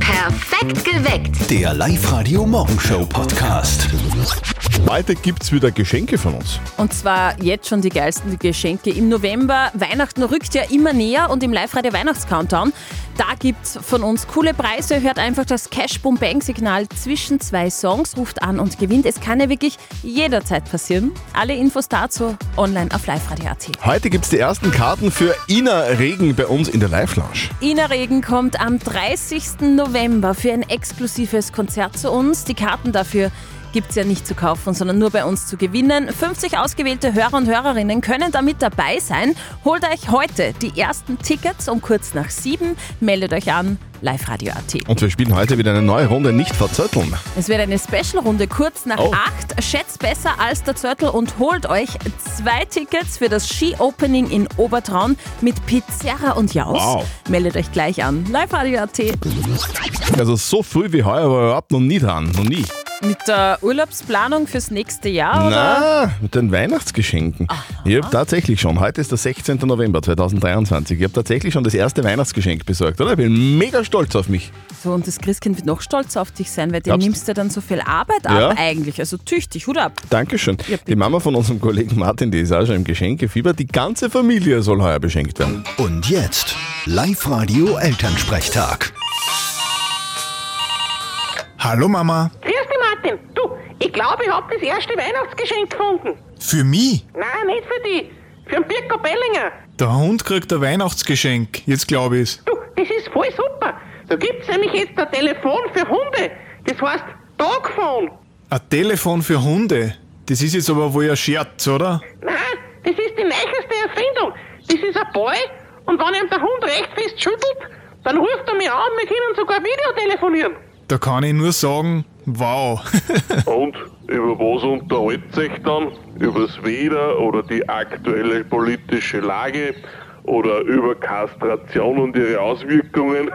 Perfekt geweckt. Der Live-Radio-Morgenshow-Podcast. Heute gibt es wieder Geschenke von uns. Und zwar jetzt schon die geilsten Geschenke im November. Weihnachten rückt ja immer näher und im Live-Radio Weihnachts-Countdown. Da gibt's von uns coole Preise. Hört einfach das Cash-Boom-Bang-Signal zwischen zwei Songs, ruft an und gewinnt. Es kann ja wirklich jederzeit passieren. Alle Infos dazu online auf liveradio.at. Heute gibt es die ersten Karten für Ina Regen bei uns in der Live-Lounge. Ina Regen kommt am 30. November für ein exklusives Konzert zu uns. Die Karten dafür gibt es ja nicht zu kaufen, sondern nur bei uns zu gewinnen. 50 ausgewählte Hörer und Hörerinnen können damit dabei sein. Holt euch heute die ersten Tickets um kurz nach sieben. Meldet euch an liveradio.at. Und wir spielen heute wieder eine neue Runde nicht verzetteln. Es wird eine Special-Runde kurz nach Oh. acht. Schätzt besser als der Zörtel und holt euch zwei Tickets für das Ski-Opening in Obertraun mit Pizzerra und Jaus. Wow. Meldet euch gleich an. liveradio.at. Also so früh wie heuer war überhaupt noch nie dran. Noch nie. Mit der Urlaubsplanung fürs nächste Jahr, oder? Na, mit den Weihnachtsgeschenken. Ich habe tatsächlich schon, heute ist der 16. November 2023, ich habe tatsächlich schon das erste Weihnachtsgeschenk besorgt, oder? Ich bin mega stolz auf mich. So, und das Christkind wird noch stolz auf dich sein, weil dem Glaubst du? nimmst du dann so viel Arbeit ab Ja. eigentlich. Also tüchtig, Hut ab. Dankeschön. die Mama von unserem Kollegen Martin, die ist auch schon im Geschenkefieber. Die ganze Familie soll heuer beschenkt werden. Und jetzt Live-Radio-Elternsprechtag. Hallo Mama, Grüß dich, Martin. Du, ich glaube, ich hab das erste Weihnachtsgeschenk gefunden. für mich? Nein, nicht für dich. Für den Birko Bellinger. Der Hund kriegt ein Weihnachtsgeschenk, jetzt glaube ich's. Du, das ist voll super. Da gibt's nämlich jetzt ein Telefon für Hunde. Das heißt Dogphone. Ein Telefon für Hunde. Das ist jetzt aber wohl ein Scherz, oder? Nein, das ist die neueste Erfindung. Das ist ein Ball und wenn ihm der Hund recht fest schüttelt, dann ruft er mich an, wir können sogar Video telefonieren. Da kann ich nur sagen, wow. Und über was unterhält sich dann? Übers Wetter oder die aktuelle politische Lage oder über Kastration und ihre Auswirkungen?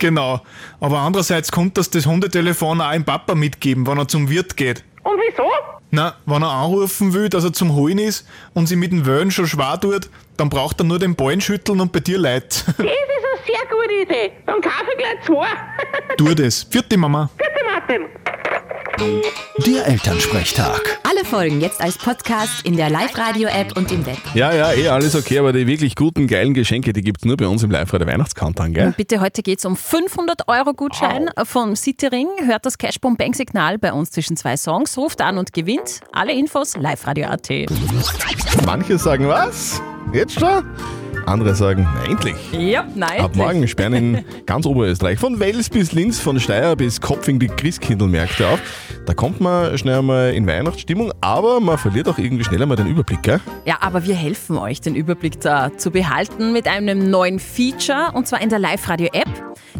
genau. Aber andererseits kommt das das Hundetelefon auch dem Papa mitgeben, wenn er zum Wirt geht. Und wieso? Na, wenn er anrufen will, dass er zum Holen ist und sie mit dem Wellen schon schwer tut, dann braucht er nur den Ballen schütteln und bei dir leid. Das ist eine sehr gute Idee. Dann kaufe ich gleich zwei. tu das. Vierte Mama. Bitte, Martin. Der Elternsprechtag. Alle Folgen jetzt als Podcast in der Live-Radio-App und im Web. Ja, ja, eh alles okay, aber die wirklich guten, geilen Geschenke, die gibt's nur bei uns im Live-Radio Weihnachtskantan, gell? Bitte, heute geht es um 500 Euro Gutschein vom Cityring. Hört das Cashbomb-Bank-Signal bei uns zwischen zwei Songs, ruft an und gewinnt. Alle Infos liveradio.at. Manche sagen, was? Jetzt schon? Andere sagen, na, endlich. Ja, nein. Ab morgen sperren in ganz Oberösterreich, von Wels bis Linz, von Steyr bis Kopfing die Christkindlmärkte auf. Da kommt man schnell mal in Weihnachtsstimmung, aber man verliert auch irgendwie schneller mal den Überblick, gell? Ja, aber wir helfen euch, den Überblick da zu behalten mit einem neuen Feature und zwar in der Live-Radio-App.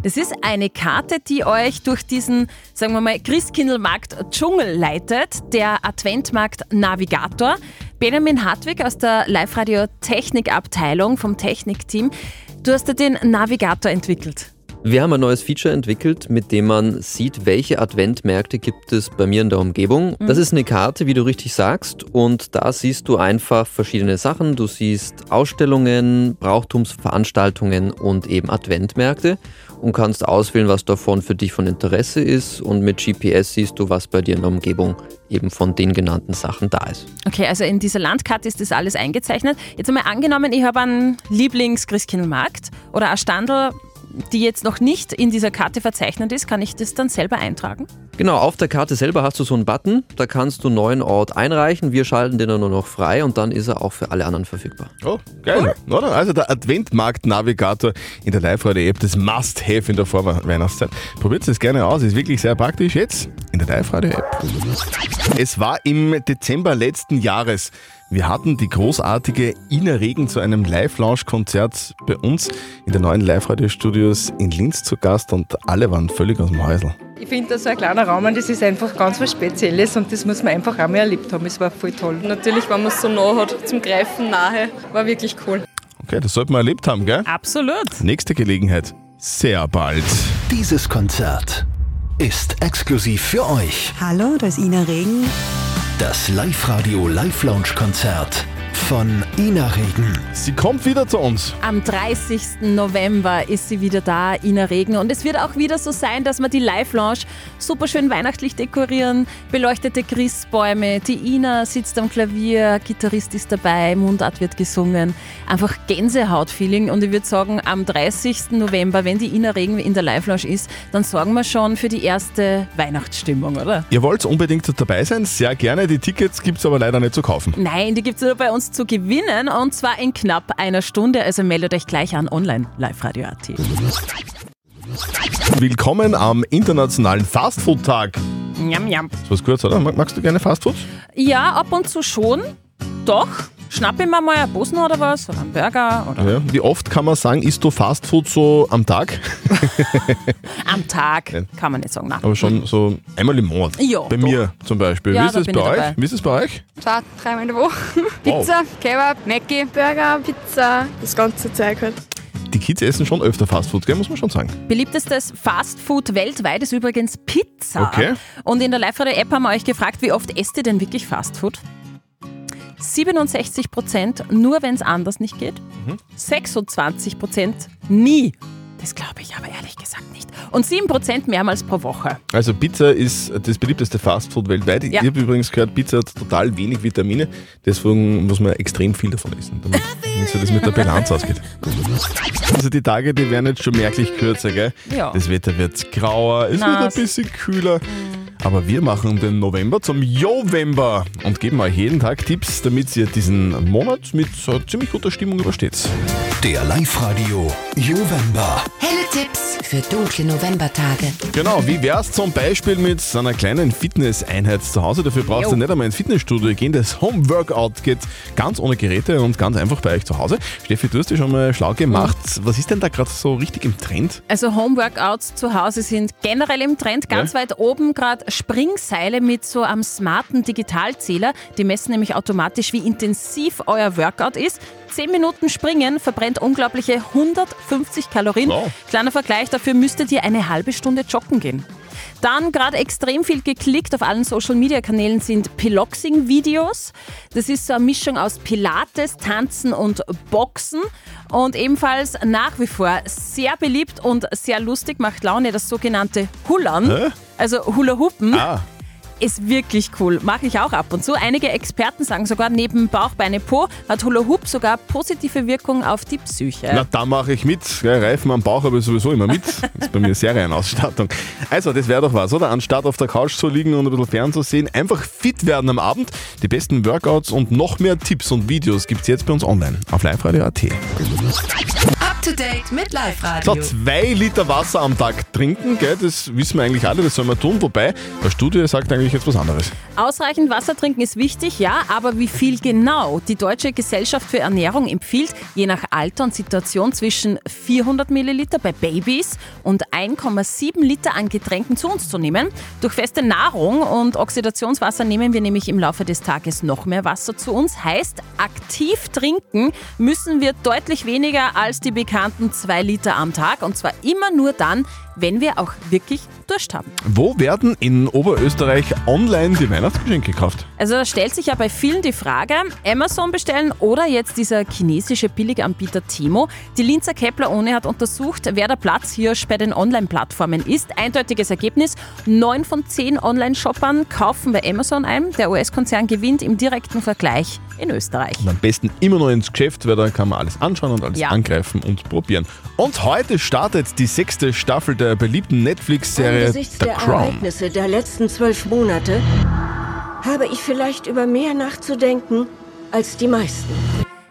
Das ist eine Karte, die euch durch diesen, sagen wir mal, Christkindlmarkt-Dschungel leitet, der Adventmarkt-Navigator. Benjamin Hartwig aus der Live-Radio-Technikabteilung vom Technikteam. Du hast ja den Navigator entwickelt. Wir haben ein neues Feature entwickelt, mit dem man sieht, welche Adventmärkte gibt es bei mir in der Umgebung. Das ist eine Karte, wie du richtig sagst, und da siehst du einfach verschiedene Sachen. Du siehst Ausstellungen, Brauchtumsveranstaltungen und eben Adventmärkte und kannst auswählen, was davon für dich von Interesse ist und mit GPS siehst du, was bei dir in der Umgebung eben von den genannten Sachen da ist. Okay, also in dieser Landkarte ist das alles eingezeichnet. Jetzt einmal angenommen, ich habe einen Lieblings-Christkindlmarkt oder eine Standel, die jetzt noch nicht in dieser Karte verzeichnet ist, kann ich das dann selber eintragen? Genau, auf der Karte selber hast du so einen Button, da kannst du einen neuen Ort einreichen, wir schalten den dann nur noch frei und dann ist er auch für alle anderen verfügbar. Oh, geil. Oder? Also der Adventmarkt-Navigator in der Live-Radio-App, das Must-Have in der Vorweihnachtszeit. Probiert es gerne aus, ist wirklich sehr praktisch. Jetzt in der Live-Radio-App. Es war im Dezember letzten Jahres. Wir hatten die großartige Ina Regen zu einem Live-Lounge-Konzert bei uns in den neuen Live-Radio-Studios in Linz zu Gast und alle waren völlig aus dem Häusl. Ich finde, dass so ein kleiner Raum, und das ist einfach ganz was Spezielles und das muss man einfach auch mal erlebt haben. Es war voll toll. Natürlich, wenn man es so nah hat, zum Greifen nahe, war wirklich cool. Okay, das sollten wir erlebt haben, gell? Absolut. Nächste Gelegenheit. Sehr bald. Dieses Konzert ist exklusiv für euch. Hallo, da ist Ina Regen. Das Live-Radio Live-Lounge-Konzert von Ina Regen. Sie kommt wieder zu uns. Am 30. November ist sie wieder da, Ina Regen. Und es wird auch wieder so sein, dass wir die Live-Lounge super schön weihnachtlich dekorieren. Beleuchtete Christbäume, die Ina sitzt am Klavier, Gitarrist ist dabei, Mundart wird gesungen. Einfach Gänsehaut-Feeling. Und ich würde sagen, am 30. November, wenn die Ina Regen in der Live-Lounge ist, dann sorgen wir schon für die erste Weihnachtsstimmung, oder? Ihr wollt unbedingt dabei sein? Sehr gerne. Die Tickets gibt es aber leider nicht zu kaufen. Nein, die gibt es nur bei uns zu gewinnen und zwar in knapp einer Stunde. Also meldet euch gleich an online, liveradio.at. Willkommen am Internationalen Fastfood-Tag. Njam, njam. Ist was kurz, oder? Mag- Magst du gerne Fastfood? Ja, ab und zu schon. Doch. Schnapp ich mir mal einen Busen oder was? Oder einen Burger? Oder Ja. Wie oft kann man sagen, isst du Fastfood so am Tag? am Tag. Kann man nicht sagen. Nein. Aber schon so einmal im Monat. Ja, Bei doch. mir zum Beispiel. Ja, Wie ist da es bin bei ich euch? dabei. Wie ist es bei euch? Zwei, dreimal in der Woche. Wow. Pizza, Kebab, Mäcki, Burger, Pizza. Das ganze Zeug halt. Die Kids essen schon öfter Fastfood, gell? muss man schon sagen. Beliebtestes Fastfood weltweit ist übrigens Pizza. Okay. Und in der Live-Radio-App haben wir euch gefragt, wie oft esst ihr denn wirklich Fastfood? 67 Prozent, nur wenn es anders nicht geht. Mhm. 26 Prozent, nie. Das glaube ich aber ehrlich gesagt nicht. Und 7 Prozent mehrmals pro Woche. Also Pizza ist das beliebteste Fastfood weltweit. Ja. Ich habe übrigens gehört, Pizza hat total wenig Vitamine. Deswegen muss man extrem viel davon essen, damit damit so das mit der Bilanz ausgeht. Also die Tage, die werden jetzt schon merklich kürzer, gell? Ja. Das Wetter wird grauer, es wird Nass. Mhm. ein bisschen kühler. Aber wir machen den November zum Jovember und geben euch jeden Tag Tipps, damit ihr diesen Monat mit so ziemlich guter Stimmung übersteht. Der Live-Radio Jovember. Helle Tipps für dunkle Novembertage. Genau, wie wär's zum Beispiel mit so einer kleinen Fitnesseinheit zu Hause? Dafür brauchst du Jo. nicht einmal ins Fitnessstudio gehen. Das Home-Workout geht ganz ohne Geräte und ganz einfach bei euch zu Hause. Steffi, du hast dich schon mal schlau gemacht. Was ist denn da gerade so richtig im Trend? Also Homeworkouts zu Hause sind generell im Trend. Ganz Ja. weit oben gerade Springseile mit so einem smarten Digitalzähler. Die messen nämlich automatisch, wie intensiv euer Workout ist. Zehn Minuten Springen verbrennt unglaubliche 150 Kalorien. Wow. Kleiner Vergleich, dafür müsstet ihr eine halbe Stunde joggen gehen. Dann gerade extrem viel geklickt auf allen Social-Media-Kanälen sind Piloxing-Videos. Das ist so eine Mischung aus Pilates, Tanzen und Boxen. Und ebenfalls nach wie vor sehr beliebt und sehr lustig macht Laune das sogenannte Hullern. Hä? Also Hula-Huppen Ah, ist wirklich cool. Mache ich auch ab und zu. Einige Experten sagen sogar, neben Bauch, Beine, Po hat Hula-Hoop sogar positive Wirkung auf die Psyche. na da mache ich mit. Gell, Reifen am Bauch habe ich sowieso immer mit. Das ist bei mir Serienausstattung. Also, das wäre doch was, oder? Anstatt auf der Couch zu liegen und ein bisschen fernzusehen, einfach fit werden am Abend. Die besten Workouts und noch mehr Tipps und Videos gibt's jetzt bei uns online auf liveradio.at. Up to date mit Live So, Radio. zwei Liter Wasser am Tag trinken, gell, das wissen wir eigentlich alle, das sollen wir tun. Wobei, der Studie sagt eigentlich jetzt was anderes. Ausreichend Wasser trinken ist wichtig, ja, aber wie viel genau? Die Deutsche Gesellschaft für Ernährung empfiehlt je nach Alter und Situation zwischen 400 Milliliter bei Babys und 1,7 Liter an Getränken zu uns zu nehmen. Durch feste Nahrung und Oxidationswasser nehmen wir nämlich im Laufe des Tages noch mehr Wasser zu uns. Heißt, aktiv trinken müssen wir deutlich weniger als die bekannten 2 Liter am Tag und zwar immer nur dann, wenn wir auch wirklich Durst haben. Wo werden in Oberösterreich online die Weihnachtsgeschenke gekauft? Also da stellt sich ja bei vielen die Frage, Amazon bestellen oder jetzt dieser chinesische Billiganbieter Timo. Die Linzer Kepler Uni hat untersucht, wer der Platzhirsch bei den Online-Plattformen ist. Eindeutiges Ergebnis, neun von zehn Online-Shoppern kaufen bei Amazon ein. Der US-Konzern gewinnt im direkten Vergleich in Österreich. Und am besten immer noch ins Geschäft, weil da kann man alles anschauen und alles Ja. angreifen und probieren. Und heute startet die sechste Staffel der beliebten Netflix-Serie The Crown. der letzten zwölf Monate habe ich vielleicht über mehr nachzudenken als die meisten.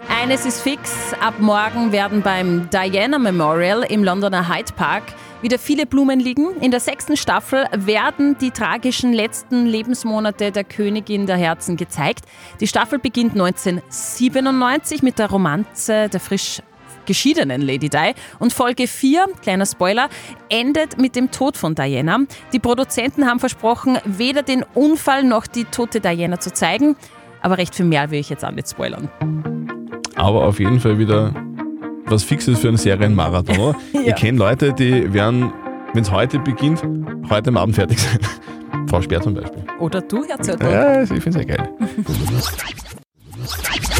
Eines ist fix, ab morgen werden beim Diana Memorial im Londoner Hyde Park wieder viele Blumen liegen. In der sechsten Staffel werden die tragischen letzten Lebensmonate der Königin der Herzen gezeigt. Die Staffel beginnt 1997 mit der Romanze der frisch geschiedenen Lady Di. Und Folge 4, kleiner Spoiler, endet mit dem Tod von Diana. Die Produzenten haben versprochen, weder den Unfall noch die tote Diana zu zeigen. Aber recht viel mehr will ich jetzt auch nicht spoilern. aber auf jeden Fall wieder was Fixes für einen Serienmarathon, oder? Ich kenne Leute, die werden, wenn es heute beginnt, heute am Abend fertig sein. Frau Speer zum Beispiel. Oder du, Herr Zöttl. Ja, ich finde es ja geil.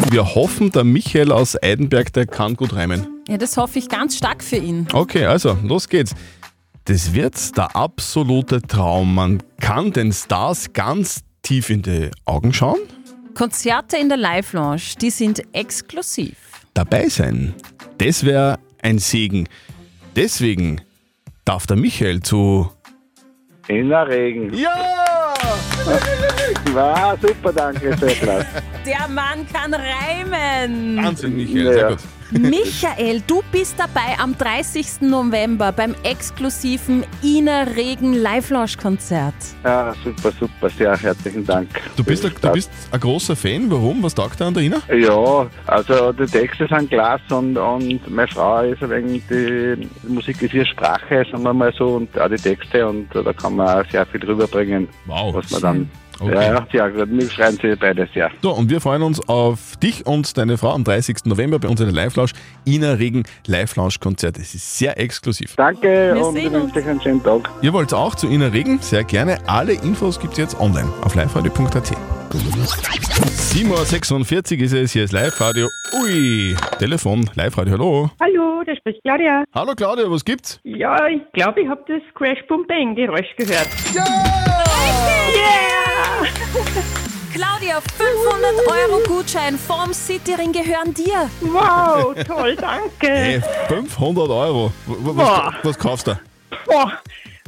Wir hoffen, der Michael aus Eidenberg, der kann gut reimen. Ja, das hoffe ich ganz stark für ihn. Okay, also, los geht's. Das wird der absolute Traum. Man kann den Stars ganz tief in die Augen schauen, Konzerte in der Live-Lounge, die sind exklusiv. dabei sein. Das wäre ein Segen. Deswegen darf der Michael zu. Innerregen. Ja! War super, danke, sehr klasse. Der Mann kann reimen. Ah. Wahnsinn, Michael, sehr Ja. gut. Michael, du bist dabei am 30. November beim exklusiven Ina Regen Live-Lounge-Konzert. Ja, super, super, sehr herzlichen Dank. Du bist, ein, du bist ein großer Fan. Warum? Was taugt dir an der Ina? Ja, also die Texte sind klasse und, und meine Frau ist ein wenig, die Musik ist ihre Sprache, sagen wir mal so, und auch die Texte und da kann man auch sehr viel rüberbringen, Wow. was man dann... Okay. Ja, ja, sehr gut, mir schreien sie beides, ja. So, und wir freuen uns auf dich und deine Frau am 30. November bei uns in der Live-Lounge. Ina Regen Live-Lounge-Konzert. Es ist sehr exklusiv. Danke Wir und ich sehen uns. wünsche euch einen schönen Tag. Ihr wollt auch zu Ina Regen? Sehr gerne. Alle Infos gibt's jetzt online auf liveradio.at. 7.46 Uhr ist es, hier ist Live-Radio. Ui, Telefon, Live-Radio, hallo. Hallo, da spricht Claudia. Hallo Claudia, was gibt's? Ja, ich glaube, ich habe das Crash Boom Bang Geräusch gehört. Claudia, 500 Euro Gutschein vom Cityring gehören dir. Wow, toll, danke. Hey, 500 Äh, Euro. W- w- Was, Boah. was kaufst du? Boah,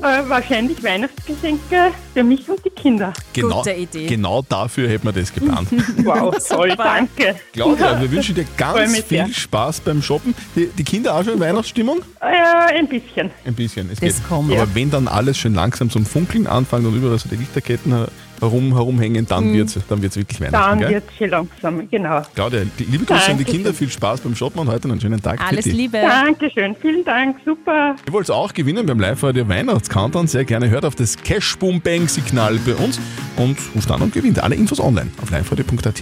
äh, wahrscheinlich Weihnachtsgeschenke für mich und die Kinder. Gute Idee. Genau dafür hätten wir das geplant. Wow, toll, danke. Claudia, wir wünschen dir Freu ganz mich viel sehr. Spaß beim Shoppen. Die, die Kinder auch schon in Weihnachtsstimmung? Äh, ein bisschen. Ein bisschen, es Das geht. kommt. Aber wenn dann alles schön langsam zum Funkeln anfängt und überall so die Lichterketten her- herum, herumhängen, dann wird's, dann wird's wirklich Weihnachten, Dann gell? wird es hier langsam, genau. Claudia, liebe Grüße an die Dankeschön. Kinder, viel Spaß beim Shoppen und heute einen schönen Tag. Alles Titi. Liebe. Dankeschön, vielen Dank, super. Ihr wollt auch gewinnen beim Live-Radio Weihnachts-Countdown, sehr gerne hört auf das Cash-Boom-Bang-Signal bei uns und ruft an und gewinnt. Alle Infos online auf liveradio.at.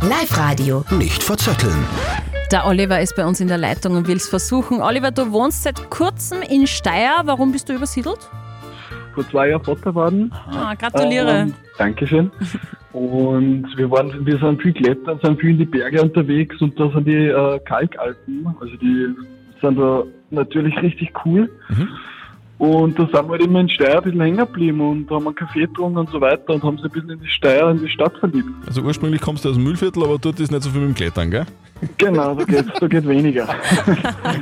Live-Radio. Nicht verzetteln. Der Oliver ist bei uns in der Leitung und will es versuchen. Oliver, du wohnst seit kurzem in Steyr. Warum bist du übersiedelt? Vor zwei Jahren Vater geworden. Ah, gratuliere. Ähm, Dankeschön. Und wir, waren, wir sind viel klettern, sind viel in die Berge unterwegs und da sind die äh, Kalkalpen, also die sind da natürlich richtig cool. Und da sind wir halt immer in Steyr ein bisschen hängen geblieben und haben einen Kaffee getrunken und so weiter und haben sich ein bisschen in die Steyr, in die Stadt verliebt. Also ursprünglich kommst du aus dem Mühlviertel, aber dort ist nicht so viel mit dem Klettern, gell? Genau, da geht, da geht weniger.